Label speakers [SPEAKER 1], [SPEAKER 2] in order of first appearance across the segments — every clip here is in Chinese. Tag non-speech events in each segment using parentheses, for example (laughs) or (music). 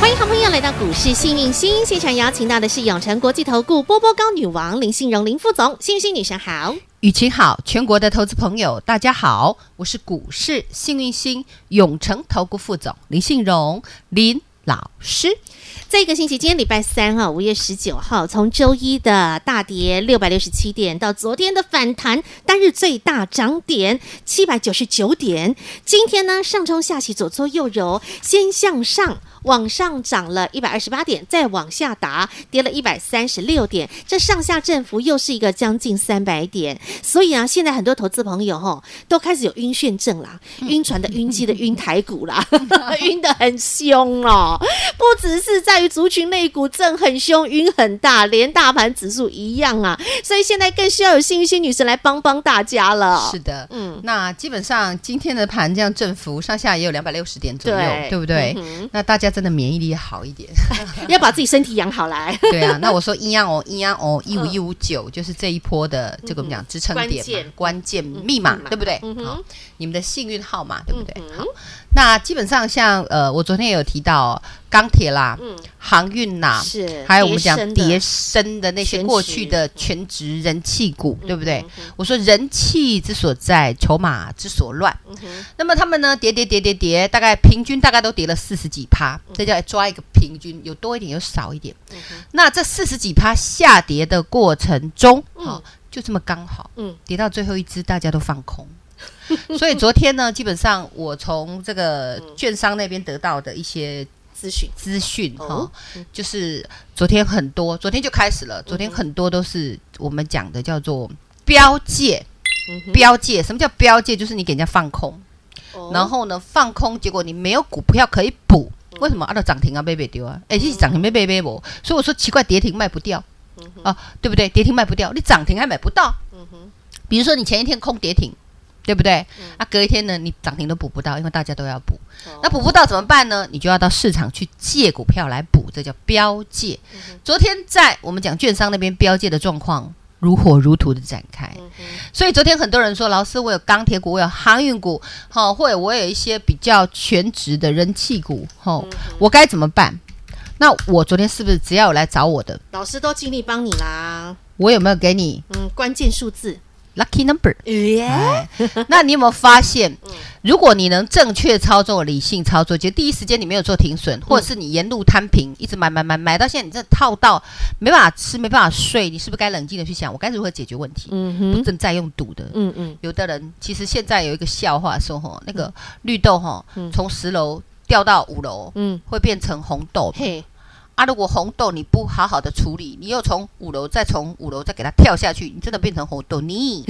[SPEAKER 1] 欢迎好朋友来到股市幸运星现场，邀请到的是永诚国际投顾波波高女王林信荣林副总，幸运星女神好。
[SPEAKER 2] 雨晴好，全国的投资朋友大家好，我是股市幸运星永诚投顾副总林信荣林老师。
[SPEAKER 1] 这个星期，今天礼拜三哈、啊，五月十九号，从周一的大跌六百六十七点到昨天的反弹，单日最大涨点七百九十九点。今天呢，上冲下洗，左搓右揉，先向上。往上涨了一百二十八点，再往下打，跌了一百三十六点，这上下振幅又是一个将近三百点。所以啊，现在很多投资朋友吼都开始有晕眩症啦，晕船的、晕机的、晕台股啦， (laughs) 晕得很凶哦。不只是在于族群类股震很凶、晕很大，连大盘指数一样啊。所以现在更需要有幸运星女神来帮帮大家了。
[SPEAKER 2] 是的，
[SPEAKER 1] 嗯
[SPEAKER 2] 嗯，那基本上今天的盘这样振幅上下也有两百六十点左右，
[SPEAKER 1] 对
[SPEAKER 2] 对不对、
[SPEAKER 1] 嗯哼
[SPEAKER 2] 那大家真的免疫力好
[SPEAKER 1] (laughs)
[SPEAKER 2] 一点。
[SPEAKER 1] 要把自己身体养好来。
[SPEAKER 2] 对啊，那我说一样哦，一样哦，一五一五九就是这一波的这个我们讲支撑
[SPEAKER 1] 嗯关
[SPEAKER 2] 点嘛
[SPEAKER 1] 键，
[SPEAKER 2] 关键密码
[SPEAKER 1] 嗯，
[SPEAKER 2] 对不对
[SPEAKER 1] 嗯？哼
[SPEAKER 2] 好，你们的幸运号码，对不对
[SPEAKER 1] 嗯？哼
[SPEAKER 2] 好，那基本上像呃，我昨天也有提到哦钢铁啦
[SPEAKER 1] 嗯，
[SPEAKER 2] 航运啦，
[SPEAKER 1] 是
[SPEAKER 2] 啊还有我们讲
[SPEAKER 1] 叠
[SPEAKER 2] 叠升的那些
[SPEAKER 1] 全
[SPEAKER 2] 过
[SPEAKER 1] 职
[SPEAKER 2] 去的全职人气股，对不对
[SPEAKER 1] 嗯？哼
[SPEAKER 2] 我说人气之所在，筹码之所乱。
[SPEAKER 1] 嗯哼
[SPEAKER 2] 那么他们呢，跌跌跌跌跌，大概平均大概都跌了四十几
[SPEAKER 1] 嗯
[SPEAKER 2] 趴，这叫抓一个平均，有多一点，有少一点。那这四十几趴下跌的过程中，哦，就这么刚好，
[SPEAKER 1] 嗯
[SPEAKER 2] 跌到最后一只，大家都放空。所以昨天呢，基本上我从这个
[SPEAKER 1] 嗯
[SPEAKER 2] 券商那边得到的一些
[SPEAKER 1] 咨询
[SPEAKER 2] 资讯哈、
[SPEAKER 1] 哦
[SPEAKER 2] 就是昨天很多，昨天就开始了，昨天很多都是我们讲的叫做标界。标界，什么叫标界？就是你给人家放空，
[SPEAKER 1] 哦
[SPEAKER 2] 然后呢放空，结果你没有股票可以补，为什么？啊，都涨停啊，被被丢啊，哎、其实涨停被被被我，所以我说奇怪，跌停卖不掉，啊，对不对？跌停卖不掉，你涨停还买不到，比如说你前一天空跌停。对不对？啊，隔一天呢，你涨停都补不到，因为大家都要补。那补不到怎么办呢？你就要到市场去借股票来补，这叫标借。昨天在我们讲券商那边标借的状况如火如荼的展开，所以昨天很多人说，老师，我有钢铁股，我有航运股，好、或者我有一些比较全职的人气股，吼、我该怎么办？那我昨天是不是只要有来找我的，
[SPEAKER 1] 老师都尽力帮你啦。
[SPEAKER 2] 我有没有给你
[SPEAKER 1] 嗯，关键数字，
[SPEAKER 2] lucky number？
[SPEAKER 1] 耶、
[SPEAKER 2] 哎，那你有没有发现，如果你能正确操作、理性操作，就第一时间你没有做停损，或者是你沿路摊平，一直买买买买到现在，你这套到没办法吃、没办法睡，你是不是该冷静的去想，我该如何解决问题？
[SPEAKER 1] 嗯
[SPEAKER 2] 不
[SPEAKER 1] 哼，
[SPEAKER 2] 正在用赌的，
[SPEAKER 1] 嗯嗯，
[SPEAKER 2] 有的人其实现在有一个笑话说吼，那个绿豆吼从十楼掉到五楼，
[SPEAKER 1] 嗯
[SPEAKER 2] 嗯，会变成红豆
[SPEAKER 1] 嘿，
[SPEAKER 2] 啊。如果红豆你不好好的处理，你又从五楼再从五楼再给它跳下去，你真的变成红豆
[SPEAKER 1] (laughs)
[SPEAKER 2] 泥。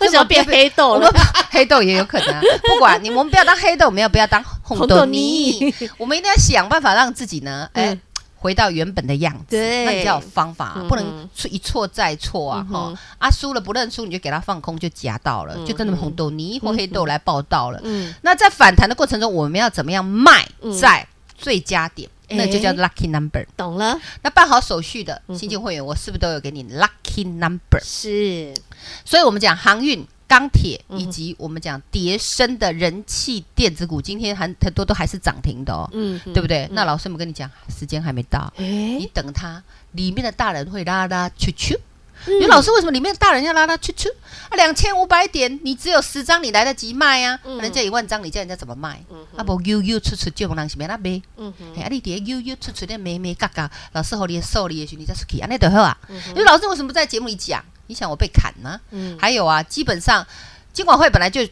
[SPEAKER 1] 为什么变黑豆
[SPEAKER 2] 我
[SPEAKER 1] 了
[SPEAKER 2] 们？ (laughs) 黑豆也有可能、啊，不管你我们不要当黑豆，我们要不要当红豆泥？我们一定要想办法让自己呢，哎、
[SPEAKER 1] 嗯
[SPEAKER 2] 回到原本的样子，
[SPEAKER 1] 对
[SPEAKER 2] 那你就要有方法啊、
[SPEAKER 1] 嗯
[SPEAKER 2] 不能错一错再错啊！哈、啊输了不认输，你就给他放空，就夹到了，
[SPEAKER 1] 嗯
[SPEAKER 2] 就真的红豆泥或黑豆来报道了。
[SPEAKER 1] 嗯，
[SPEAKER 2] 那在反弹的过程中，我们要怎么样卖
[SPEAKER 1] 嗯
[SPEAKER 2] 在最佳点？那就叫
[SPEAKER 1] 哎
[SPEAKER 2] lucky number。
[SPEAKER 1] 懂了，
[SPEAKER 2] 那办好手续的新进会员，我是不是都有给你 lucky number？
[SPEAKER 1] 是，
[SPEAKER 2] 所以我们讲航运、钢铁
[SPEAKER 1] 嗯
[SPEAKER 2] 以及我们讲叠升的人气电子股，今天还很多都还是涨停的哦，
[SPEAKER 1] 嗯，
[SPEAKER 2] 对不对？那老师们跟你讲，时间还没到，
[SPEAKER 1] 哎
[SPEAKER 2] 你，等它里面的大人会拉拉去去。
[SPEAKER 1] 嗯
[SPEAKER 2] 你说老师为什么里面的大人要拉拉去去？啊，两千五百点，你只有十张，你来得及卖呀、啊？
[SPEAKER 1] 嗯
[SPEAKER 2] 人家一万张，你叫人家怎么卖？
[SPEAKER 1] 嗯哼
[SPEAKER 2] 啊，不悠悠出出就有人是要那卖。
[SPEAKER 1] 嗯哼，
[SPEAKER 2] 嘿啊，你伫悠悠出出咧咩咩嘎嘎，老师互你的受力的时候，你再出去，安尼就好啊。因为老师为什么不在节目里讲？你想我被砍吗？
[SPEAKER 1] 嗯嗯
[SPEAKER 2] 还有啊，基本上监管会本来就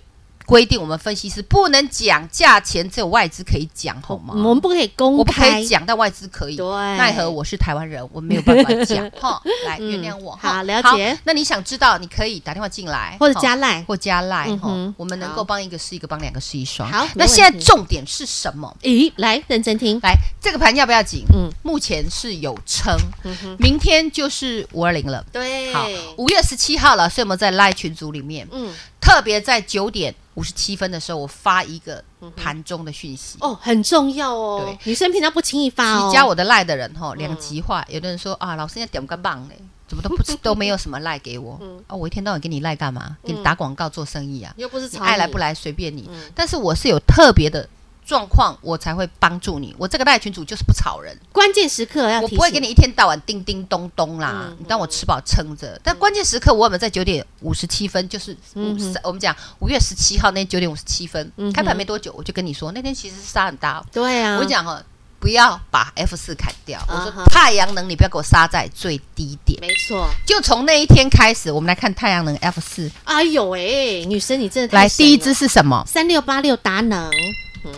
[SPEAKER 2] 规定我们分析师不能讲价钱，只有外资可以讲，好吗？
[SPEAKER 1] 我们不可以公开，
[SPEAKER 2] 我不可以讲，但外资可以。
[SPEAKER 1] 对
[SPEAKER 2] 奈何我是台湾人，我没
[SPEAKER 1] (laughs)
[SPEAKER 2] 有办法讲哈。来，
[SPEAKER 1] 嗯
[SPEAKER 2] 原谅我哈。
[SPEAKER 1] 好了解。
[SPEAKER 2] 那你想知道，你可以打电话进来，
[SPEAKER 1] 或者
[SPEAKER 2] 哈
[SPEAKER 1] 加赖。
[SPEAKER 2] 或加赖
[SPEAKER 1] 嗯
[SPEAKER 2] 哈
[SPEAKER 1] 哼。
[SPEAKER 2] 我们能
[SPEAKER 1] 好
[SPEAKER 2] 够帮一个是一个，帮两个是一双。
[SPEAKER 1] 好没
[SPEAKER 2] 那
[SPEAKER 1] 问
[SPEAKER 2] 现在
[SPEAKER 1] 题
[SPEAKER 2] 重点是什么？
[SPEAKER 1] 咦，来认真听，
[SPEAKER 2] 来，这个盘要不要紧？
[SPEAKER 1] 嗯
[SPEAKER 2] 目前是有撑，
[SPEAKER 1] 嗯哼，
[SPEAKER 2] 明天就是五二零了。
[SPEAKER 1] 对，
[SPEAKER 2] 好，五月十七号了，所以我们在赖群组里面，
[SPEAKER 1] 嗯，
[SPEAKER 2] 特别在九点五十七分的时候，我发一个
[SPEAKER 1] 嗯
[SPEAKER 2] 盘中的讯息。
[SPEAKER 1] 哦，很重要哦，女生平常不轻易发哦，
[SPEAKER 2] 你加我的赖的人
[SPEAKER 1] 嗯
[SPEAKER 2] 吼，两极化。有的人说啊，老师要点个棒嘞，怎么都不 (laughs) 都没有什么赖给我
[SPEAKER 1] 嗯
[SPEAKER 2] 啊？我一天到晚给你赖干嘛？给你打广告做生意啊？
[SPEAKER 1] 又不是
[SPEAKER 2] 你
[SPEAKER 1] 吵
[SPEAKER 2] 爱来不
[SPEAKER 1] 来，
[SPEAKER 2] 来随便你
[SPEAKER 1] 嗯，
[SPEAKER 2] 但是我是有特别的。状况我才会帮助你，我这个赖群主就是不吵人，
[SPEAKER 1] 关键时刻要
[SPEAKER 2] 我
[SPEAKER 1] 提
[SPEAKER 2] 不会给
[SPEAKER 1] 醒
[SPEAKER 2] 你一天到晚叮叮咚咚啦
[SPEAKER 1] 嗯。
[SPEAKER 2] 你当我吃饱撑着，但关键时刻我有没有在九点五十七分，就是五
[SPEAKER 1] 嗯
[SPEAKER 2] 我们讲五月十七号那九点五十七分
[SPEAKER 1] 嗯哼
[SPEAKER 2] 开盘没多久，我就跟你说那天其实是杀很大哦，
[SPEAKER 1] 对啊，
[SPEAKER 2] 我跟你讲哦，不要把 F 四砍掉。我
[SPEAKER 1] 啊哈
[SPEAKER 2] 说太阳能你不要给我杀在最低点，
[SPEAKER 1] 没错，
[SPEAKER 2] 就从那一天开始，我们来看太阳能 F 四。
[SPEAKER 1] 哎呦喂，女生你真的太
[SPEAKER 2] 来，
[SPEAKER 1] 神
[SPEAKER 2] 第一
[SPEAKER 1] 了
[SPEAKER 2] 只是什么？
[SPEAKER 1] 三六八六达能，嗯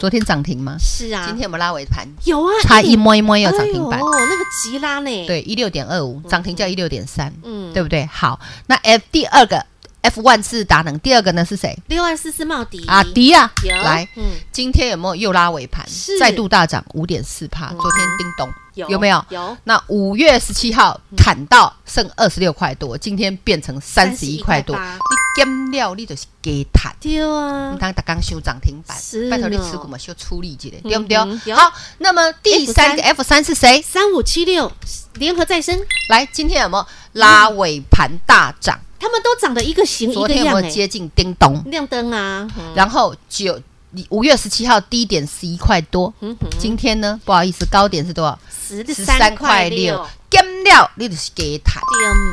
[SPEAKER 2] 昨天涨停吗？
[SPEAKER 1] 是啊，
[SPEAKER 2] 今天我们拉尾盘，
[SPEAKER 1] 有啊，
[SPEAKER 2] 差一
[SPEAKER 1] 点
[SPEAKER 2] 摸一摸又涨停板
[SPEAKER 1] 哎呦，那个急拉呢，，
[SPEAKER 2] 对，一六点二五，涨停叫一六点三，
[SPEAKER 1] 嗯，
[SPEAKER 2] 对不对？好，那 F 第二个 F one 是达能，第二个呢是谁？
[SPEAKER 1] 六二四四茂迪
[SPEAKER 2] 阿迪啊
[SPEAKER 1] 嗯有，
[SPEAKER 2] 来。
[SPEAKER 1] 嗯，
[SPEAKER 2] 今天有没有又拉尾盘
[SPEAKER 1] 是？
[SPEAKER 2] 再度大涨五点四帕，昨天叮咚
[SPEAKER 1] 有
[SPEAKER 2] 有没有？
[SPEAKER 1] 有
[SPEAKER 2] 那五月十七号砍到剩二十六块多，今天变成三十一块嗯多，
[SPEAKER 1] 31
[SPEAKER 2] 你
[SPEAKER 1] 块八
[SPEAKER 2] 减料你就是给谈。
[SPEAKER 1] 丢啊
[SPEAKER 2] 你，当打刚修涨停板
[SPEAKER 1] 是，
[SPEAKER 2] 拜托你
[SPEAKER 1] 呢
[SPEAKER 2] 持股嘛，修出力一点，
[SPEAKER 1] 嗯
[SPEAKER 2] 对不对
[SPEAKER 1] 嗯？有
[SPEAKER 2] 好，那么第三个 F 三是谁？
[SPEAKER 1] 三五七六联合再生，
[SPEAKER 2] 来，今天有没有拉尾盘大涨？
[SPEAKER 1] 他们都长得一个形一
[SPEAKER 2] 昨
[SPEAKER 1] 个
[SPEAKER 2] 天
[SPEAKER 1] 样
[SPEAKER 2] 有没
[SPEAKER 1] 哎
[SPEAKER 2] 有，接近叮咚？
[SPEAKER 1] 亮灯啊，嗯
[SPEAKER 2] 然后九五月十七号低点十一块多，
[SPEAKER 1] 嗯哼，
[SPEAKER 2] 今天呢，不好意思，高点是多少？
[SPEAKER 1] 十
[SPEAKER 2] 十三块六
[SPEAKER 1] 六，，
[SPEAKER 2] 减料你就是给谈。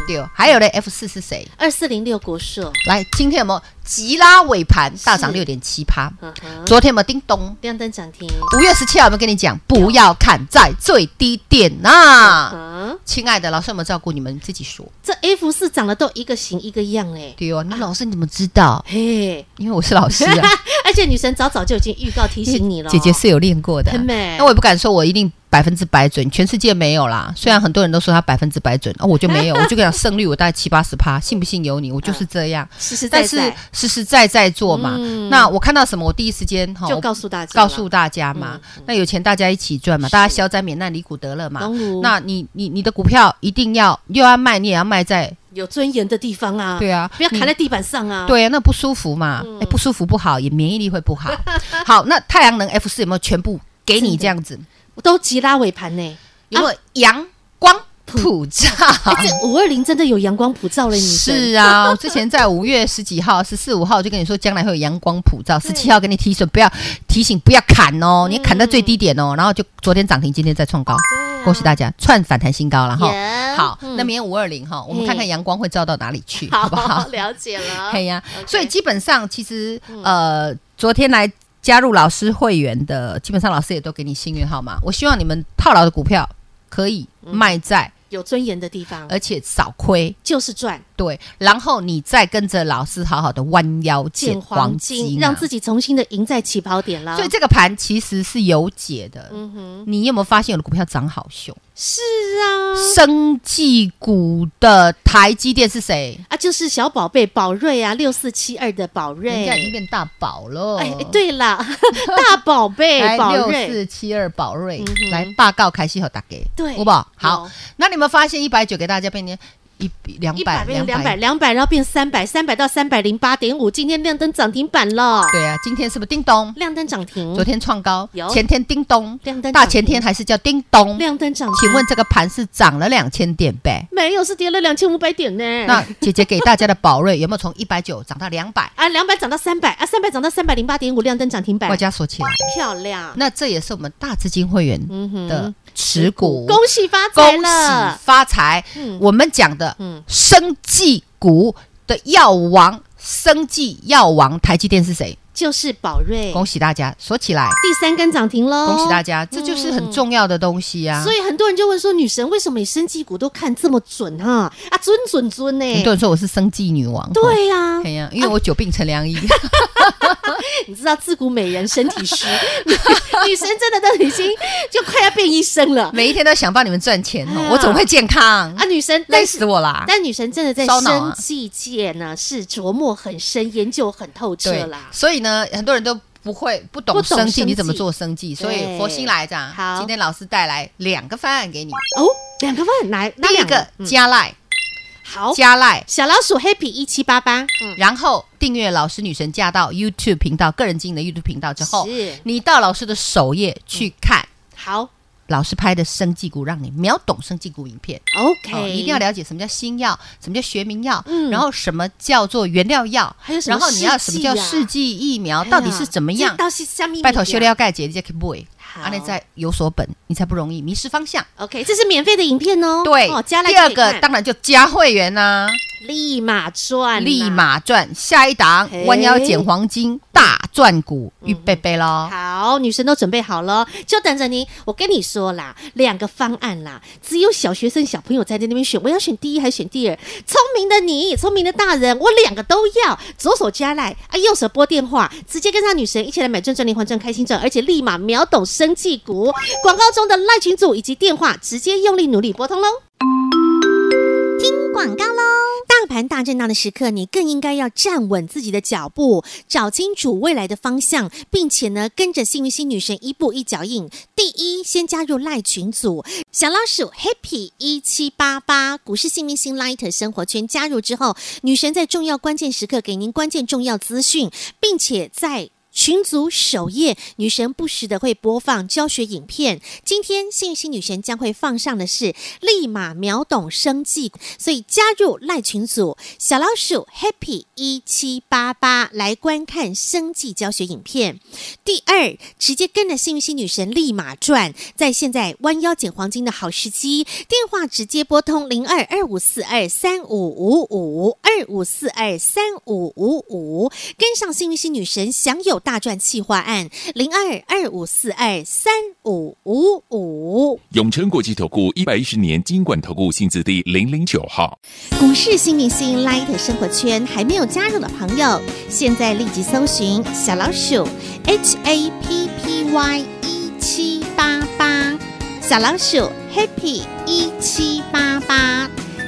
[SPEAKER 1] 丢，
[SPEAKER 2] 对，还有呢，F 四是谁？
[SPEAKER 1] 二四零六国社，
[SPEAKER 2] 来，今天有没有急拉尾盘大涨
[SPEAKER 1] 是
[SPEAKER 2] 六点七趴？
[SPEAKER 1] 嗯哼，
[SPEAKER 2] 昨天有没有叮咚？
[SPEAKER 1] 亮灯涨停，
[SPEAKER 2] 五月十七号有没有跟你讲，不要看在最低点呐、
[SPEAKER 1] 嗯，
[SPEAKER 2] 亲爱的，老师有没有照顾你们自己说？
[SPEAKER 1] 这 F 四长得都一个形一个样哎，
[SPEAKER 2] 对哦，那老师你怎么知道？
[SPEAKER 1] 嘿，
[SPEAKER 2] 因为我是老师啊，
[SPEAKER 1] (laughs) 而且女神早早就已经预告提醒你了，
[SPEAKER 2] 姐姐是有练过的啊、
[SPEAKER 1] 很美
[SPEAKER 2] 那我也不敢说我一定百分之百准，全世界没有啦。虽然很多人都说他百分之百准，啊、我就
[SPEAKER 1] (laughs)
[SPEAKER 2] 没有，我就跟你讲胜率我大概七八十趴，信不信由你，我就是这样。
[SPEAKER 1] 实嗯实在
[SPEAKER 2] 但是
[SPEAKER 1] 在
[SPEAKER 2] 实实在在做嘛。
[SPEAKER 1] 嗯
[SPEAKER 2] 那我看到什么，我第一时间哈
[SPEAKER 1] 就告诉大家啦，
[SPEAKER 2] 告诉大家嘛，
[SPEAKER 1] 嗯
[SPEAKER 2] 那有钱大家一起赚嘛，大家消灾免难离苦得乐嘛
[SPEAKER 1] 当如。
[SPEAKER 2] 那你你你的股票一定要又要卖，你也要卖在
[SPEAKER 1] 有尊严的地方啊，
[SPEAKER 2] 对啊
[SPEAKER 1] 不要卡
[SPEAKER 2] 你
[SPEAKER 1] 在地板上啊，，嗯
[SPEAKER 2] 对啊，那不舒服嘛，哎，不舒服不好，也免疫力会不
[SPEAKER 1] (laughs)
[SPEAKER 2] 好。好，那太阳能 F 四有没有全部给你这样子？
[SPEAKER 1] 都急拉尾盘呢，
[SPEAKER 2] 有没有阳光普照？
[SPEAKER 1] 哎这五二零真的有阳光普照了，女神
[SPEAKER 2] 啊是啊，我之前在五月十几号、十四五号就跟你说，将来会有阳光普
[SPEAKER 1] 嗯
[SPEAKER 2] 照。十七号跟你提醒，不要提醒，不要砍哦，你砍到最低点哦，然后就昨天涨停，今天再创高，
[SPEAKER 1] 啊
[SPEAKER 2] 恭喜大家创反弹新高了哈。
[SPEAKER 1] 耶
[SPEAKER 2] 好，
[SPEAKER 1] 嗯
[SPEAKER 2] 那明天五二零哈，我们看看阳光会照到哪里去，好不
[SPEAKER 1] 好
[SPEAKER 2] 好？
[SPEAKER 1] 了解了
[SPEAKER 2] 可，以呀
[SPEAKER 1] OK。嗯
[SPEAKER 2] 所以基本上其实呃，昨天来。加入老师会员的，基本上老师也都给你幸运号码。我希望你们套牢的股票可以卖在，
[SPEAKER 1] 有尊严的地方
[SPEAKER 2] 而且少亏。
[SPEAKER 1] 就是赚
[SPEAKER 2] 对，然后你再跟着老师好好的弯腰
[SPEAKER 1] 捡
[SPEAKER 2] 捡
[SPEAKER 1] 黄
[SPEAKER 2] 黄
[SPEAKER 1] 金，
[SPEAKER 2] 金，
[SPEAKER 1] 让自己
[SPEAKER 2] 己。
[SPEAKER 1] 重新的赢在起跑点了。
[SPEAKER 2] 所以这个盘其实是有解的。
[SPEAKER 1] 嗯哼，
[SPEAKER 2] 你有没有发现有的股票涨好凶？
[SPEAKER 1] 是啊。
[SPEAKER 2] 生技股的台积电是谁？
[SPEAKER 1] 啊，就是小宝贝宝瑞啊，六四七二的宝
[SPEAKER 2] 人
[SPEAKER 1] 瑞，
[SPEAKER 2] 家已经变大宝了。
[SPEAKER 1] 哎，哎对啦， (laughs) 大宝贝
[SPEAKER 2] 哦 (laughs) 来
[SPEAKER 1] 宝
[SPEAKER 2] 六
[SPEAKER 1] 瑞，
[SPEAKER 2] 四七二宝瑞
[SPEAKER 1] 嗯哼，
[SPEAKER 2] 来报告开始后打给，
[SPEAKER 1] 对
[SPEAKER 2] 好不好？
[SPEAKER 1] 有
[SPEAKER 2] 好，那你有没有发现一百九给大家变成一两
[SPEAKER 1] 一
[SPEAKER 2] 百
[SPEAKER 1] 百变两百，
[SPEAKER 2] 200
[SPEAKER 1] 两百然后变三百，三百到三百零八点五，今天亮灯涨停板了，
[SPEAKER 2] 对啊，今天是不是叮咚？
[SPEAKER 1] 亮灯涨停，
[SPEAKER 2] 昨天创高
[SPEAKER 1] 嗯有，
[SPEAKER 2] 前天叮咚
[SPEAKER 1] 亮灯，
[SPEAKER 2] 大
[SPEAKER 1] 涨停
[SPEAKER 2] 前天还是叫叮咚。
[SPEAKER 1] 亮灯涨停，
[SPEAKER 2] 请问这个盘是涨了两千点呗？
[SPEAKER 1] 没有是跌了两千五百点呢？
[SPEAKER 2] 那姐姐给大家的宝瑞有没有从一百九涨到两百？
[SPEAKER 1] 啊，两百涨到三百啊，三百涨到三百零八点五，亮灯涨停板
[SPEAKER 2] 外，加锁起来，
[SPEAKER 1] 漂亮，
[SPEAKER 2] 那这也是我们大资金会员
[SPEAKER 1] 嗯哼
[SPEAKER 2] 的持股，
[SPEAKER 1] 恭喜发财
[SPEAKER 2] 恭喜
[SPEAKER 1] 了，
[SPEAKER 2] 发财
[SPEAKER 1] 嗯！
[SPEAKER 2] 我们讲的
[SPEAKER 1] 嗯
[SPEAKER 2] 生技股的药王，生技药王台积电是谁？
[SPEAKER 1] 就是宝瑞，
[SPEAKER 2] 恭喜大家，锁起来！
[SPEAKER 1] 第三根涨停喽，
[SPEAKER 2] 恭喜大家，这就是很重要的东西啊
[SPEAKER 1] 所！以很多人就问说，女神为什么你生技股都看这么准哈？啊，准准准呢、
[SPEAKER 2] 啊很多人说我是生技女王，哦
[SPEAKER 1] 对呀、啊
[SPEAKER 2] 哎呀，因为我久病成良医，
[SPEAKER 1] 你知道自古美人身体 (laughs) 虚，女女生真的都已经就快要变医生了
[SPEAKER 2] (laughs) 每一天都想帮你们赚钱
[SPEAKER 1] 哎呀
[SPEAKER 2] 哦，我怎么会健康？
[SPEAKER 1] 啊！女生，但
[SPEAKER 2] 累
[SPEAKER 1] 是
[SPEAKER 2] 死我啦！
[SPEAKER 1] 但女神真的在
[SPEAKER 2] 烧脑
[SPEAKER 1] 生
[SPEAKER 2] 啊
[SPEAKER 1] 技界呢，是琢磨很深，研究很透彻
[SPEAKER 2] 对
[SPEAKER 1] 啦，。
[SPEAKER 2] 所以呢，很多人都不会不
[SPEAKER 1] 不
[SPEAKER 2] 懂
[SPEAKER 1] 懂
[SPEAKER 2] 生
[SPEAKER 1] 生
[SPEAKER 2] 计，你怎么
[SPEAKER 1] 计
[SPEAKER 2] 做生计？所
[SPEAKER 1] 对
[SPEAKER 2] 以佛心来着
[SPEAKER 1] 好，
[SPEAKER 2] 今天老师带来两个方案给你。
[SPEAKER 1] 哦，两个问来，那
[SPEAKER 2] 第一
[SPEAKER 1] 两
[SPEAKER 2] 个
[SPEAKER 1] 嗯哦
[SPEAKER 2] 加赖，
[SPEAKER 1] 好，
[SPEAKER 2] 加赖，
[SPEAKER 1] 小老鼠 Happy 一七八八，嗯，
[SPEAKER 2] 然后订阅老师女神驾到 YouTube 频道，个人经营的 YouTube 频道之后，
[SPEAKER 1] 是
[SPEAKER 2] 你到老师的首页去看
[SPEAKER 1] 好
[SPEAKER 2] 老师拍的生技股，让你秒懂生技股影片。哦，
[SPEAKER 1] ，OK，
[SPEAKER 2] 一定要了解什么叫新药，什么叫学名药，
[SPEAKER 1] 嗯
[SPEAKER 2] 然后什么叫做原料药，
[SPEAKER 1] 还有什么
[SPEAKER 2] 然后你要
[SPEAKER 1] 试
[SPEAKER 2] 什么
[SPEAKER 1] 剂啊
[SPEAKER 2] 叫试剂疫苗，
[SPEAKER 1] 哎呀
[SPEAKER 2] 到底是怎么样
[SPEAKER 1] 这？到底是下面啊
[SPEAKER 2] 拜托修炼要盖解，你才可以 boy，
[SPEAKER 1] 好
[SPEAKER 2] 啊，那再有所本，你才不容易迷失方向。
[SPEAKER 1] OK，这是免费的影片哦，
[SPEAKER 2] 对
[SPEAKER 1] 哦，，加来
[SPEAKER 2] 第二
[SPEAKER 1] 可以
[SPEAKER 2] 个
[SPEAKER 1] 看
[SPEAKER 2] 当然就加会员啊呐，
[SPEAKER 1] 立马赚，啊
[SPEAKER 2] 立。马赚。下一档
[SPEAKER 1] 嘿嗯
[SPEAKER 2] 弯腰捡黄金，大赚股，预备备喽。
[SPEAKER 1] 好，女生都准备好了，就等着您。我跟你说啦，两个方案啦，只有小学生、小朋友在那边选，我要选第一还是选第二？聪明的你，聪明的大人，我两个都要，左手加来啊，右手拨电话，直接跟上女神一起来买赚赚连环赚开心赚，而且立马秒懂生技股。广告中的赖群组以及电话，直接用力努力拨通喽。广告喽。大盘大震荡的时刻，你更应该要站稳自己的脚步，找清楚未来的方向，并且呢，跟着幸运星女神一步一脚印。第一，先加入赖群组，小老鼠 Happy 一七八八股市幸运星 Light 生活圈加入之后，女神在重要关键时刻给您关键重要资讯，并且在。群组首页，女神不时的会播放教学影片。今天幸运星女神将会放上的是立马秒懂生计，所以加入赖群组小老鼠 Happy 一七八八来观看生计教学影片。第二，直接跟着幸运星女神立马赚，在现在弯腰捡黄金的好时机，电话直接拨通零二二五四二三五五五二五四二三五五五，跟上幸运星女神享有大赚企划案零二二五四二三五五五。
[SPEAKER 3] 永诚国际投顾一百一十年金管投顾性质第零零九号。
[SPEAKER 1] 股市新明星 Light 生活圈还没有加入的朋友，现在立即搜寻小老鼠 HAPPY 一七八八，小老鼠 Happy 一七八八，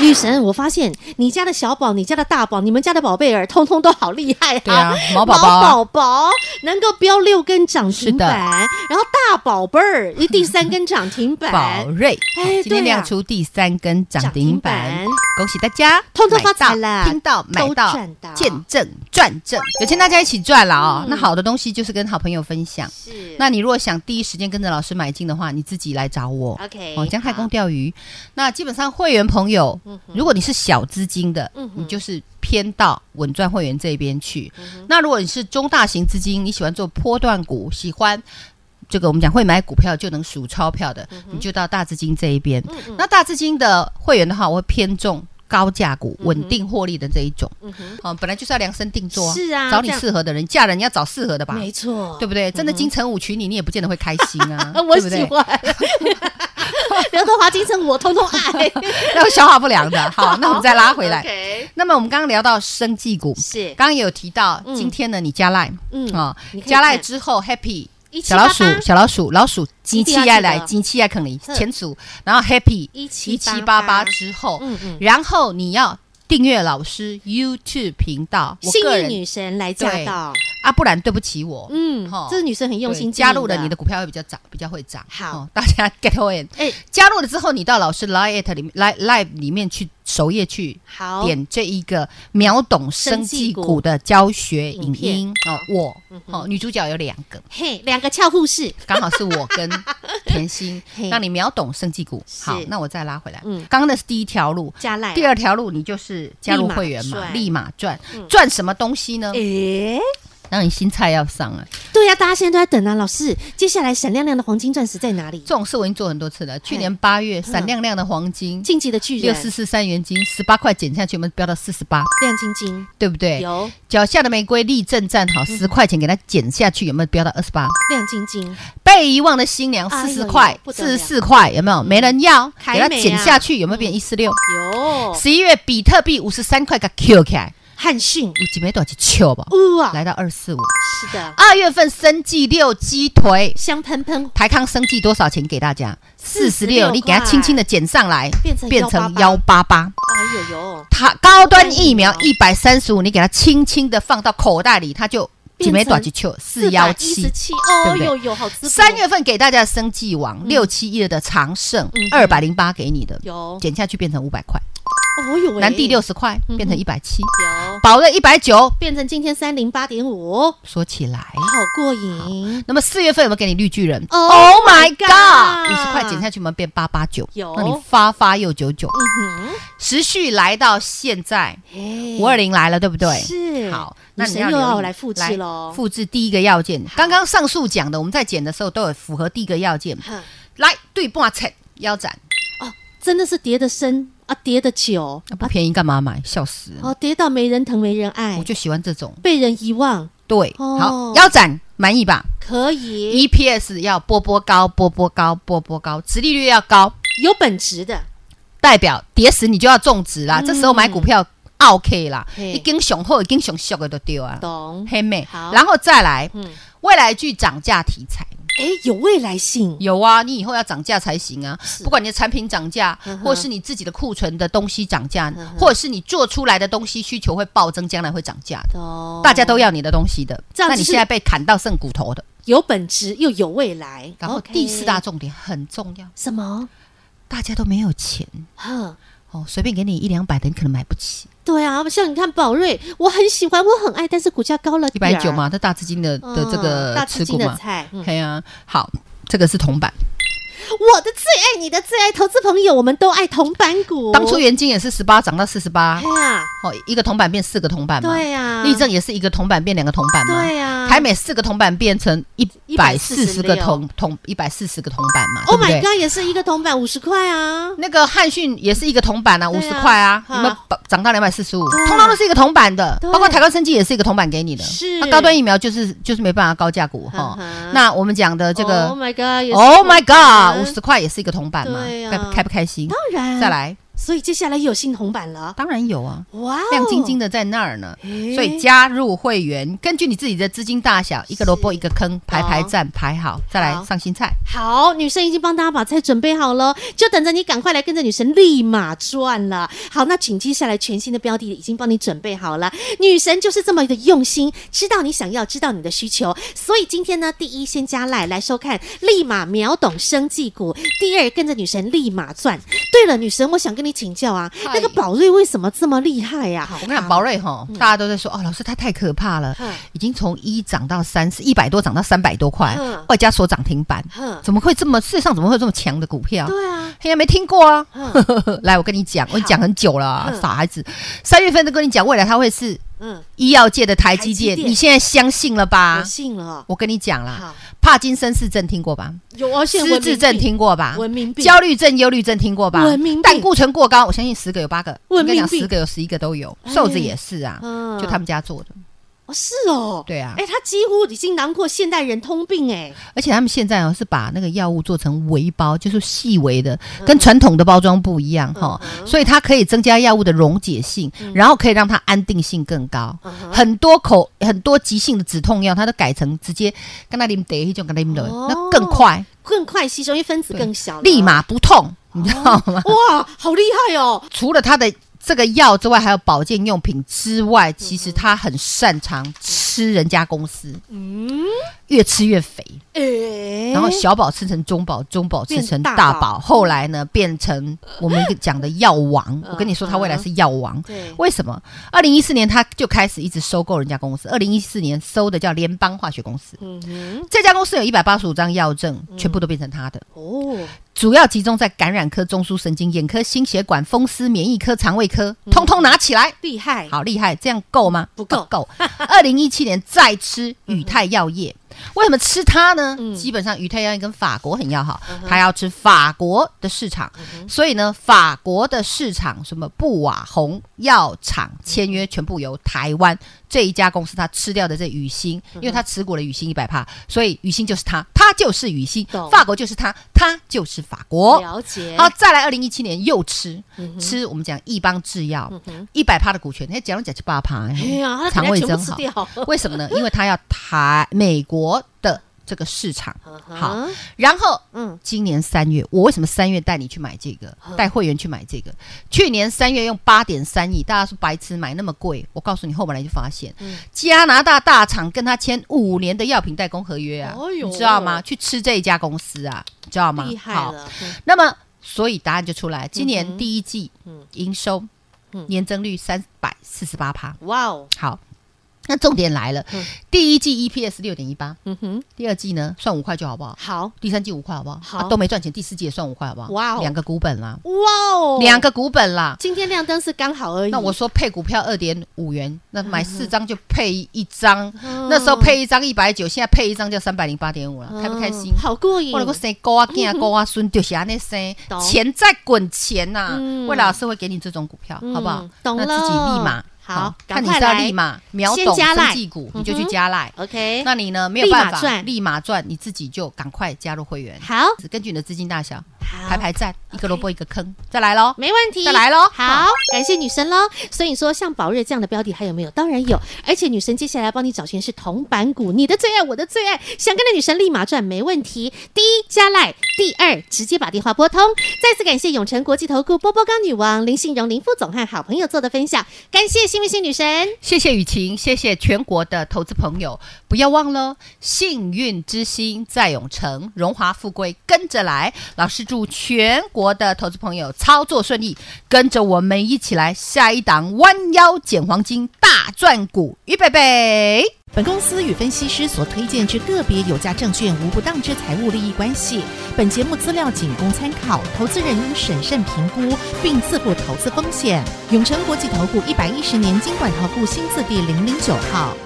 [SPEAKER 1] 女神，我发现你家的小宝、你家的大宝、你们家的宝贝儿，通通都好厉害啊！
[SPEAKER 2] 对啊毛宝宝啊
[SPEAKER 1] 毛宝宝能够飙六根涨停板，
[SPEAKER 2] 是
[SPEAKER 1] 然后大宝贝儿一第三根涨停
[SPEAKER 2] 宝
[SPEAKER 1] 板，
[SPEAKER 2] 瑞
[SPEAKER 1] 哎，
[SPEAKER 2] 今
[SPEAKER 1] 对啊
[SPEAKER 2] 天亮出第三根涨
[SPEAKER 1] 涨
[SPEAKER 2] 停板
[SPEAKER 1] 停板，
[SPEAKER 2] 恭喜大家，
[SPEAKER 1] 通通发财了
[SPEAKER 2] 买到听到买
[SPEAKER 1] 都
[SPEAKER 2] 到
[SPEAKER 1] 赚到，
[SPEAKER 2] 见证赚证，有钱大家一起赚了哦
[SPEAKER 1] 嗯。
[SPEAKER 2] 那好的东西就是跟好朋友分享。
[SPEAKER 1] 是
[SPEAKER 2] 那你如果想第一时间跟着老师买进的话，你自己来找我。
[SPEAKER 1] OK，
[SPEAKER 2] 哦，姜太
[SPEAKER 1] 好
[SPEAKER 2] 公钓鱼。那基本上会员朋友，如果你是小资金的，
[SPEAKER 1] 嗯哼
[SPEAKER 2] 你就是偏到稳赚会员这边去。
[SPEAKER 1] 嗯
[SPEAKER 2] 那如果你是中大型资金，你喜欢做波段股，喜欢。这个我们讲会买股票就能数钞票的，
[SPEAKER 1] 嗯
[SPEAKER 2] 你就到大资金这一边。那大资金的会员的话，我会偏重高价股、
[SPEAKER 1] 嗯
[SPEAKER 2] 稳定获利的这一种。哦，本来就是要量身定做，
[SPEAKER 1] 是啊
[SPEAKER 2] 找你
[SPEAKER 1] 这样
[SPEAKER 2] 适合的人，嫁人你要找适合的吧，
[SPEAKER 1] 没错，，
[SPEAKER 2] 对不对？真的金城武娶你，你也不见得会开心啊
[SPEAKER 1] (laughs) 我
[SPEAKER 2] 对不
[SPEAKER 1] 喜
[SPEAKER 2] 对？ (laughs)
[SPEAKER 1] 欢。刘德华、金城武，我通通爱。
[SPEAKER 2] 那消化不良的。
[SPEAKER 1] (laughs)
[SPEAKER 2] 好，那我们再拉回来。
[SPEAKER 1] OK，
[SPEAKER 2] 那么我们刚刚聊到生技股，
[SPEAKER 1] 是，
[SPEAKER 2] 刚刚也有提到
[SPEAKER 1] 嗯，
[SPEAKER 2] 今天呢，你加赖
[SPEAKER 1] 嗯
[SPEAKER 2] 啊
[SPEAKER 1] 你可以，
[SPEAKER 2] 加赖
[SPEAKER 1] 看
[SPEAKER 2] 之后 happy。
[SPEAKER 1] 1788
[SPEAKER 2] 小老鼠，小老鼠，老鼠，机器爱来
[SPEAKER 1] 一定要记，得
[SPEAKER 2] 机器爱啃你
[SPEAKER 1] 哼，
[SPEAKER 2] 前鼠，然后 happy
[SPEAKER 1] 1788
[SPEAKER 2] 之后，
[SPEAKER 1] 嗯嗯
[SPEAKER 2] 然后你要订阅老师 YouTube 频道，我
[SPEAKER 1] 幸
[SPEAKER 2] 个
[SPEAKER 1] 运
[SPEAKER 2] 人
[SPEAKER 1] 女神来驾
[SPEAKER 2] 对
[SPEAKER 1] 到，
[SPEAKER 2] 啊，不然对不起我，
[SPEAKER 1] 嗯
[SPEAKER 2] 齁，
[SPEAKER 1] 这是女生很用
[SPEAKER 2] 对
[SPEAKER 1] 心经
[SPEAKER 2] 加
[SPEAKER 1] 营
[SPEAKER 2] 入了你的股票会比较涨，比较会涨。
[SPEAKER 1] 好
[SPEAKER 2] 哦大家 (laughs) get on。
[SPEAKER 1] 哎
[SPEAKER 2] 加入了之后，你到老师 Lite 里面 Lite Lite 里面去首页去
[SPEAKER 1] 好
[SPEAKER 2] 点这一个秒懂生技股的教学影音哦，我哦女主角有两个，
[SPEAKER 1] 嘿，两个俏护士，
[SPEAKER 2] 刚好是我
[SPEAKER 1] (laughs)
[SPEAKER 2] 跟甜心
[SPEAKER 1] 嘿，
[SPEAKER 2] 让你秒懂生技股。
[SPEAKER 1] 是
[SPEAKER 2] 好，那我再拉回来，
[SPEAKER 1] 嗯
[SPEAKER 2] 刚刚那是第一条路。
[SPEAKER 1] 加赖。啊
[SPEAKER 2] 第二条路，你就是加入会员
[SPEAKER 1] 立马
[SPEAKER 2] 嘛，
[SPEAKER 1] 赚嗯哎
[SPEAKER 2] 立马赚，赚什么东西呢？
[SPEAKER 1] 诶，
[SPEAKER 2] 当然新菜要上啊。
[SPEAKER 1] 对呀、大家现在都在等啊，老师，接下来闪亮亮的黄金钻石在哪里
[SPEAKER 2] 这？种事我已经做很多次了。去年八月，闪亮亮的黄金
[SPEAKER 1] 晋级的嗯巨
[SPEAKER 2] 六
[SPEAKER 1] 人，
[SPEAKER 2] 四四三元金十八块减下去，我们飙到四十八，
[SPEAKER 1] 亮晶晶，
[SPEAKER 2] 对不对？
[SPEAKER 1] 有嗯
[SPEAKER 2] 脚下的玫瑰立正站好，十块钱给它减下去，有没有飙到二十八？
[SPEAKER 1] 亮晶晶，
[SPEAKER 2] 被遗忘的新娘
[SPEAKER 1] 哎
[SPEAKER 2] 四
[SPEAKER 1] 呦
[SPEAKER 2] 十块，
[SPEAKER 1] 不得
[SPEAKER 2] 四
[SPEAKER 1] 了嗯
[SPEAKER 2] 十四块，有没有？没人要，
[SPEAKER 1] 凯
[SPEAKER 2] 给它
[SPEAKER 1] 美啊哦
[SPEAKER 2] 减下去，有没有变一四六？
[SPEAKER 1] 有
[SPEAKER 2] 十一月比特币五十三块给它 Q 起来，
[SPEAKER 1] 汉逊，
[SPEAKER 2] 有几枚多少去笑吧？
[SPEAKER 1] 哇，
[SPEAKER 2] 来到二四五。
[SPEAKER 1] 是的，
[SPEAKER 2] 二月份生计六鸡腿，
[SPEAKER 1] 香喷喷，
[SPEAKER 2] 台康生计多少钱给大家？四十
[SPEAKER 1] 46
[SPEAKER 2] 六，你给它轻轻的减上来，
[SPEAKER 1] 变成
[SPEAKER 2] 幺八八。
[SPEAKER 1] 哎呦呦，
[SPEAKER 2] 它高端疫苗
[SPEAKER 1] 高端疫
[SPEAKER 2] 一百三十五，你给它轻轻的放到口袋里，它就
[SPEAKER 1] 变
[SPEAKER 2] 几
[SPEAKER 1] 成
[SPEAKER 2] 枚短几球四幺七。
[SPEAKER 1] 七，哦
[SPEAKER 2] 对不对
[SPEAKER 1] 呦呦，好滋补。
[SPEAKER 2] 三月份给大家的生计王六七一的长盛
[SPEAKER 1] 嗯
[SPEAKER 2] 二百零八给你的，
[SPEAKER 1] 有，哦
[SPEAKER 2] 减下去变成五百块，
[SPEAKER 1] 呦喂，
[SPEAKER 2] 南地六十块
[SPEAKER 1] 嗯哼
[SPEAKER 2] 变成一百七，
[SPEAKER 1] 有，
[SPEAKER 2] 宝瑞一百九，
[SPEAKER 1] 变成今天三零八点五，
[SPEAKER 2] 说起来。
[SPEAKER 1] 好过瘾，
[SPEAKER 2] 那么四月份有没有给你绿巨人
[SPEAKER 1] Oh my god
[SPEAKER 2] 五十块减下去，我们变八八九，
[SPEAKER 1] 有
[SPEAKER 2] 那你发发又九九，
[SPEAKER 1] 嗯哼，
[SPEAKER 2] 持续来到现在
[SPEAKER 1] 哎
[SPEAKER 2] 五二零来了，对不对？
[SPEAKER 1] 是
[SPEAKER 2] 好，
[SPEAKER 1] 那
[SPEAKER 2] 你
[SPEAKER 1] 神又
[SPEAKER 2] 留意
[SPEAKER 1] 要来复制喽，
[SPEAKER 2] 复制第一个要件。刚刚上述讲的，我们在减的时候都有符合第一个要件。
[SPEAKER 1] 哼
[SPEAKER 2] 来对半层腰斩，
[SPEAKER 1] 哦，真的是跌的深啊，跌的久，啊
[SPEAKER 2] 那不便宜干嘛买？笑死！
[SPEAKER 1] 哦，跌到没人疼没人爱
[SPEAKER 2] 我，就喜欢这种。
[SPEAKER 1] 被人遗忘，
[SPEAKER 2] 对，
[SPEAKER 1] 哦
[SPEAKER 2] 好，腰斩满意吧
[SPEAKER 1] 可以
[SPEAKER 2] ？EPS 要波波高，波波高，波波高，殖利率要高，
[SPEAKER 1] 有本质的，
[SPEAKER 2] 代表跌死你就要种植啦。
[SPEAKER 1] 嗯
[SPEAKER 2] 这时候买股票 OK 啦，
[SPEAKER 1] 嘿
[SPEAKER 2] 一根熊后一根熊小的都丢啊，
[SPEAKER 1] 懂？
[SPEAKER 2] 黑妹
[SPEAKER 1] 好。
[SPEAKER 2] 然后再来
[SPEAKER 1] 嗯，
[SPEAKER 2] 未来具涨价题材。
[SPEAKER 1] 哎，有未来性，
[SPEAKER 2] 有啊，你以后要涨价才行啊
[SPEAKER 1] 是。
[SPEAKER 2] 不管你的产品涨价
[SPEAKER 1] 嗯，哼
[SPEAKER 2] 或是你自己的库存的东西涨价
[SPEAKER 1] 嗯哼，
[SPEAKER 2] 或者是你做出来的东西需求会暴增，将来会涨价的。
[SPEAKER 1] 懂？
[SPEAKER 2] 大家都要你的东西的，
[SPEAKER 1] 哦这样
[SPEAKER 2] 那
[SPEAKER 1] 子
[SPEAKER 2] 你
[SPEAKER 1] 是
[SPEAKER 2] 现在被砍到剩骨头的。
[SPEAKER 1] 有本质又有未来，
[SPEAKER 2] 然后
[SPEAKER 1] OK
[SPEAKER 2] 第四大重点很重要，
[SPEAKER 1] 什么？
[SPEAKER 2] 大家都没有钱
[SPEAKER 1] 哼。
[SPEAKER 2] 哦，随便给你一两百的，你可能买不起。
[SPEAKER 1] 对啊，像你看宝瑞，我很喜欢，我很爱，但是股价高了
[SPEAKER 2] 一
[SPEAKER 1] 点
[SPEAKER 2] 百
[SPEAKER 1] 儿
[SPEAKER 2] 九，嘛，这大资金的
[SPEAKER 1] 嗯
[SPEAKER 2] 的这个
[SPEAKER 1] 大资
[SPEAKER 2] 持
[SPEAKER 1] 金
[SPEAKER 2] 股
[SPEAKER 1] 的
[SPEAKER 2] 嘛，
[SPEAKER 1] 菜，嗯
[SPEAKER 2] 对啊，好，这个是铜板。
[SPEAKER 1] 我的最爱，你的最爱，投资朋友，我们都爱铜板股。
[SPEAKER 2] 当初元金也是十八涨到四十八，
[SPEAKER 1] 哎呀，
[SPEAKER 2] 哦，一个铜板变四个铜板嘛。
[SPEAKER 1] 对呀，
[SPEAKER 2] 哎立正也是一个铜板变两个铜板嘛。
[SPEAKER 1] 对啊呀，
[SPEAKER 2] 台美四个铜板变成一百四
[SPEAKER 1] 146
[SPEAKER 2] 十个铜铜一百四十个铜板嘛，对
[SPEAKER 1] Oh
[SPEAKER 2] 不
[SPEAKER 1] my
[SPEAKER 2] 对？
[SPEAKER 1] God，也是一个铜板五十块啊，
[SPEAKER 2] 那个汉讯也是一个铜板啊，
[SPEAKER 1] 对
[SPEAKER 2] 五
[SPEAKER 1] 啊
[SPEAKER 2] 十块啊，
[SPEAKER 1] 哈
[SPEAKER 2] 有没有涨到两百四十五？
[SPEAKER 1] 对啊
[SPEAKER 2] 通通都是一个铜板的
[SPEAKER 1] 对，
[SPEAKER 2] 包括台高生技也是一个铜板给你的。
[SPEAKER 1] 是
[SPEAKER 2] 那高端疫苗就是就是没办法高价股哈
[SPEAKER 1] 嗯哼。
[SPEAKER 2] 哦那我们讲的这个
[SPEAKER 1] Oh my God，也是
[SPEAKER 2] Oh my
[SPEAKER 1] 铜板
[SPEAKER 2] God，五十块也是一个铜板嘛
[SPEAKER 1] 对啊，
[SPEAKER 2] 开不开不开心？
[SPEAKER 1] 当然
[SPEAKER 2] 再，来，
[SPEAKER 1] 所以接下来有新铜板了，
[SPEAKER 2] 当然有啊，
[SPEAKER 1] 哇哦，
[SPEAKER 2] 亮晶晶的在那儿呢。
[SPEAKER 1] 哎，
[SPEAKER 2] 所以加入会员，根据你自己的资金大小，一个萝卜一个坑，排排站排好，再
[SPEAKER 1] 好
[SPEAKER 2] 来上新菜。
[SPEAKER 1] 好，女生已经帮大家把菜准备好了，就等着你赶快来跟着女神立马赚了。好，那紧接下来全新的标的已经帮你准备好了，女神就是这么的用心，知道你想要，知道你的需求，所以今天呢，第一先加赖来收看，立马秒懂生技股；第二跟着女神立马赚。对了，女神，我想跟你请教啊，
[SPEAKER 2] 嗨
[SPEAKER 1] 那个宝瑞为什么这么厉害啊呀、
[SPEAKER 2] 我跟你讲，宝瑞哈，大家都在说哦，老师他太可怕了
[SPEAKER 1] 嗯，
[SPEAKER 2] 已经从一涨到三十，一百多涨到三百多块
[SPEAKER 1] 嗯，
[SPEAKER 2] 外加锁涨停板，
[SPEAKER 1] 哼，
[SPEAKER 2] 怎么会这么？世上怎么会有这么强的股票？
[SPEAKER 1] 对啊，
[SPEAKER 2] 嘿呀，没听过啊
[SPEAKER 1] 嗯！
[SPEAKER 2] (laughs) 来，我跟你讲，我跟你讲很久了啊
[SPEAKER 1] 嗯，
[SPEAKER 2] 傻孩子，三月份都跟你讲，未来它会是
[SPEAKER 1] 嗯，
[SPEAKER 2] 医药界的台积
[SPEAKER 1] 台
[SPEAKER 2] 电，
[SPEAKER 1] 积电
[SPEAKER 2] 你现在相信了
[SPEAKER 1] 我
[SPEAKER 2] 吧？
[SPEAKER 1] 信了哦。
[SPEAKER 2] 我跟你讲啦，
[SPEAKER 1] 好，
[SPEAKER 2] 帕金森氏症听过吧？
[SPEAKER 1] 有而且
[SPEAKER 2] 失智症听过吧？
[SPEAKER 1] 文明病，
[SPEAKER 2] 焦虑症、忧虑症听过吧？
[SPEAKER 1] 文明病
[SPEAKER 2] 胆固醇过高，我相信十个有八个，
[SPEAKER 1] 文
[SPEAKER 2] 应
[SPEAKER 1] 明
[SPEAKER 2] 该
[SPEAKER 1] 病哎
[SPEAKER 2] 讲十个有十一个都有。瘦子也是啊，
[SPEAKER 1] 嗯
[SPEAKER 2] 就他们家做的，
[SPEAKER 1] 哦，是哦，
[SPEAKER 2] 对啊
[SPEAKER 1] 哎、他几乎已经囊括现代人通病哎、
[SPEAKER 2] 而且他们现在哦是把那个药物做成微包，就是细微的，
[SPEAKER 1] 嗯
[SPEAKER 2] 跟传统的包装不一样哈，所以它可以增加药物的溶解性，
[SPEAKER 1] 嗯
[SPEAKER 2] 然后可以让它安定性更高。很多口很多急性的止痛药，它都改成直接跟他啉得一种跟他啉的
[SPEAKER 1] 哦，
[SPEAKER 2] 那更快，
[SPEAKER 1] 更快吸收，因为分子更小了，
[SPEAKER 2] 立马不痛，你知道吗？
[SPEAKER 1] 哇，好厉害哦，
[SPEAKER 2] 除了它的这个药之外，还有保健用品之外，其实他很擅长吃人家公司，
[SPEAKER 1] 嗯，
[SPEAKER 2] 越吃越肥，
[SPEAKER 1] 哎、
[SPEAKER 2] 然后小宝吃成中宝，中宝吃成
[SPEAKER 1] 变大
[SPEAKER 2] 大
[SPEAKER 1] 宝
[SPEAKER 2] 宝，后来呢变成我们讲的药
[SPEAKER 1] (laughs)
[SPEAKER 2] 王。我跟你说，他未来是药王。
[SPEAKER 1] 对，
[SPEAKER 2] 为什么？二零一四年他就开始一直收购人家公司，二零一四年收的叫联邦化学公司，
[SPEAKER 1] 嗯哼，嗯
[SPEAKER 2] 这家公司有一百八十五张药证，全部都变成他的。
[SPEAKER 1] 哦，
[SPEAKER 2] 主要集中在感染科、中枢神经、眼科、心血管、风湿、免疫科、肠胃科，
[SPEAKER 1] 嗯
[SPEAKER 2] 通通拿起来。
[SPEAKER 1] 厉害，
[SPEAKER 2] 好厉害，这样够吗？
[SPEAKER 1] 不够
[SPEAKER 2] 够。二零一七年再吃宇泰药业，
[SPEAKER 1] 嗯
[SPEAKER 2] 为什么吃它呢？基本上宇泰药业跟法国很要好，
[SPEAKER 1] 嗯
[SPEAKER 2] 它要吃法国的市场，所以呢，法国的市场什么布瓦红药厂签约全部由台湾这一家公司它吃掉的这宇兴，
[SPEAKER 1] 嗯
[SPEAKER 2] 因为它持股了宇兴一百帕，所以宇兴就是它，它就是宇兴
[SPEAKER 1] 懂，
[SPEAKER 2] 法国就是它，它就是法国。
[SPEAKER 1] 了解。
[SPEAKER 2] 好，哦再来，二零一七年又吃、
[SPEAKER 1] 嗯
[SPEAKER 2] 吃，我们讲益邦制药一百趴的股权，哎，讲了讲七八趴，
[SPEAKER 1] 哎呀，他
[SPEAKER 2] 肠
[SPEAKER 1] 可能
[SPEAKER 2] 胃
[SPEAKER 1] 全
[SPEAKER 2] 真
[SPEAKER 1] 部吃
[SPEAKER 2] 好。
[SPEAKER 1] 掉。
[SPEAKER 2] 为什么呢？因为它要台美国的这个市场。好，然后
[SPEAKER 1] 嗯，
[SPEAKER 2] 今年三月，我为什么三月带你去买这个，带会员去买这个？去年三月用八点三亿，大家说白痴买那么贵，我告诉你，后来就发现、
[SPEAKER 1] 嗯
[SPEAKER 2] 加拿大大厂跟他签五年的药品代工合约啊，
[SPEAKER 1] 哦呦
[SPEAKER 2] 你知道吗？去吃这一家公司啊，你知道吗？
[SPEAKER 1] 厉害
[SPEAKER 2] 好
[SPEAKER 1] 了，
[SPEAKER 2] 那么，所以答案就出来，
[SPEAKER 1] 嗯
[SPEAKER 2] 今
[SPEAKER 1] 哼
[SPEAKER 2] 年第一季
[SPEAKER 1] 嗯
[SPEAKER 2] 营收
[SPEAKER 1] 嗯
[SPEAKER 2] 年增率三百四十八趴。
[SPEAKER 1] 哇哦，
[SPEAKER 2] 好，那重点来了
[SPEAKER 1] 嗯，
[SPEAKER 2] 第一季 EPS 六点一八，
[SPEAKER 1] 嗯哼，
[SPEAKER 2] 第二季呢算五块就好不好？
[SPEAKER 1] 好，
[SPEAKER 2] 第三季五块好不好？
[SPEAKER 1] 好
[SPEAKER 2] 啊都没赚钱，第四季也算五块好不好？
[SPEAKER 1] 哇哦
[SPEAKER 2] 两个股本啦，
[SPEAKER 1] 哇哦，哎
[SPEAKER 2] 两个股本啦。
[SPEAKER 1] 今天亮灯是刚好而已。
[SPEAKER 2] 那我说配股票二点五元，那买四张就配一张，
[SPEAKER 1] 嗯
[SPEAKER 2] 那时候配一张一百九，现在配一张就三百零八点五了，开不开心
[SPEAKER 1] 嗯？好过瘾
[SPEAKER 2] 我。能够生高啊、囝高啊、孙，就是安尼生
[SPEAKER 1] 懂，
[SPEAKER 2] 钱在滚钱呐、
[SPEAKER 1] 嗯
[SPEAKER 2] 魏老师会给你这种股票，
[SPEAKER 1] 嗯
[SPEAKER 2] 好不好？
[SPEAKER 1] 懂了
[SPEAKER 2] 那自己立马
[SPEAKER 1] 好赶
[SPEAKER 2] 看你
[SPEAKER 1] 快
[SPEAKER 2] 是要
[SPEAKER 1] 来
[SPEAKER 2] 立马秒
[SPEAKER 1] 先
[SPEAKER 2] 懂
[SPEAKER 1] 加赖
[SPEAKER 2] 生技股，你就去
[SPEAKER 1] 嗯哼
[SPEAKER 2] 加赖。
[SPEAKER 1] OK，
[SPEAKER 2] 那你呢？没有
[SPEAKER 1] 立马
[SPEAKER 2] 办法，
[SPEAKER 1] 赚
[SPEAKER 2] 立马赚，你自己就赶快加入会员，
[SPEAKER 1] 好，
[SPEAKER 2] 只根据你的资金大小
[SPEAKER 1] 好
[SPEAKER 2] 排排站，一个萝卜一个坑，再来喽。
[SPEAKER 1] 没问题，
[SPEAKER 2] 再来咯
[SPEAKER 1] 好，感谢女神喽。所以说，像宝瑞这样的标的还有没有？当然有，而且女神接下来帮你找寻是铜板股，你的最爱，我的最爱，想跟着女神立马赚没问题。第一加赖，第二直接把电话拨通。再次感谢永诚国际投顾波波刚女王林信荣林副总和好朋友做的分享，感谢幸运星女神。
[SPEAKER 2] 谢谢雨晴，谢谢全国的投资朋友，不要忘了，幸运之星在永城，荣华富贵跟着来。老师祝全国的投资朋友操作顺利，跟着我们一起来下一档弯腰捡黄金大赚股，预备备。
[SPEAKER 4] 本公司与分析师所推荐之个别有价证券无不当之财务利益关系。本节目资料仅供参考，投资人应审慎评估并自负投资风险。永诚国际投顾一百一十年经管投顾新字第零零九号。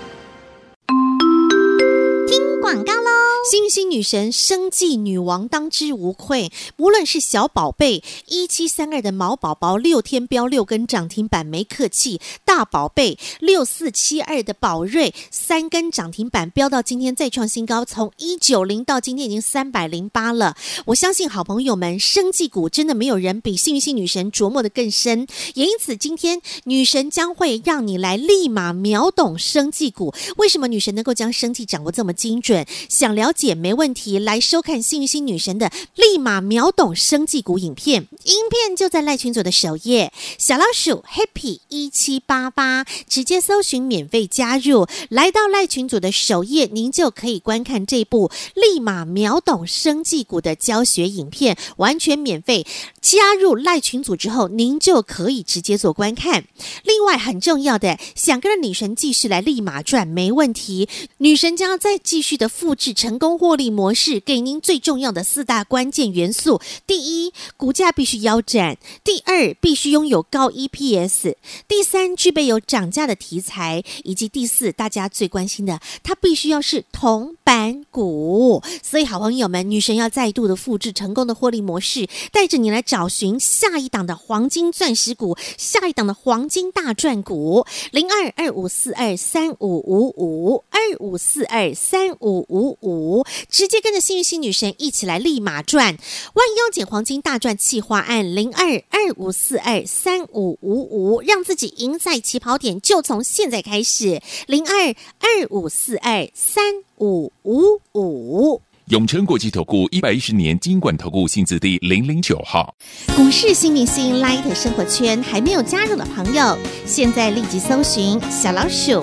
[SPEAKER 1] 广告喽！星星女神生计女王当之无愧，无论是小宝贝一七三二的毛宝宝六天飙六根涨停板没客气，大宝贝六四七二的宝瑞三根涨停板飙到今天再创新高，从一九零到今天已经三百零八了。我相信好朋友们，生计股真的没有人比幸运星女神琢磨的更深，也因此今天女神将会让你来立马秒懂生计股。为什么女神能够将生计掌握这么精准？想了解没问题，来收看幸运星女神的立马秒懂生计股影片，影片就在赖群组的首页，小老鼠 Happy 一七八八，直接搜寻免费加入，来到赖群组的首页，您就可以观看这部立马秒懂生计股的教学影片，完全免费。加入赖群组之后，您就可以直接做观看。另外很重要的，想跟着女神继续来立马赚，没问题。女神将要再继续的复制成功获利模式，给您最重要的四大关键元素：第一，股价必须腰斩；第二，必须拥有高 EPS；第三，具备有涨价的题材；以及第四，大家最关心的，它必须要是铜板股。所以，好朋友们，女神要再度的复制成功的获利模式，带着你来找寻下一档的黄金钻石股，下一档的黄金大赚股，零二二五四二三五五五二五四二三五五五，直接跟着幸运星女神一起来立马赚，万妖捡黄金大赚企划案零二二五四二三五五五，让自己赢在起跑点，就从现在开始，零二二五四二三五五五。
[SPEAKER 3] 永诚国际投顾一百一十年金管投顾性质第零零九号。
[SPEAKER 1] 股市新明星 Light 生活圈还没有加入的朋友，现在立即搜寻小老鼠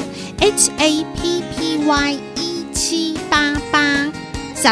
[SPEAKER 1] HAPPY 一 E 七八八，小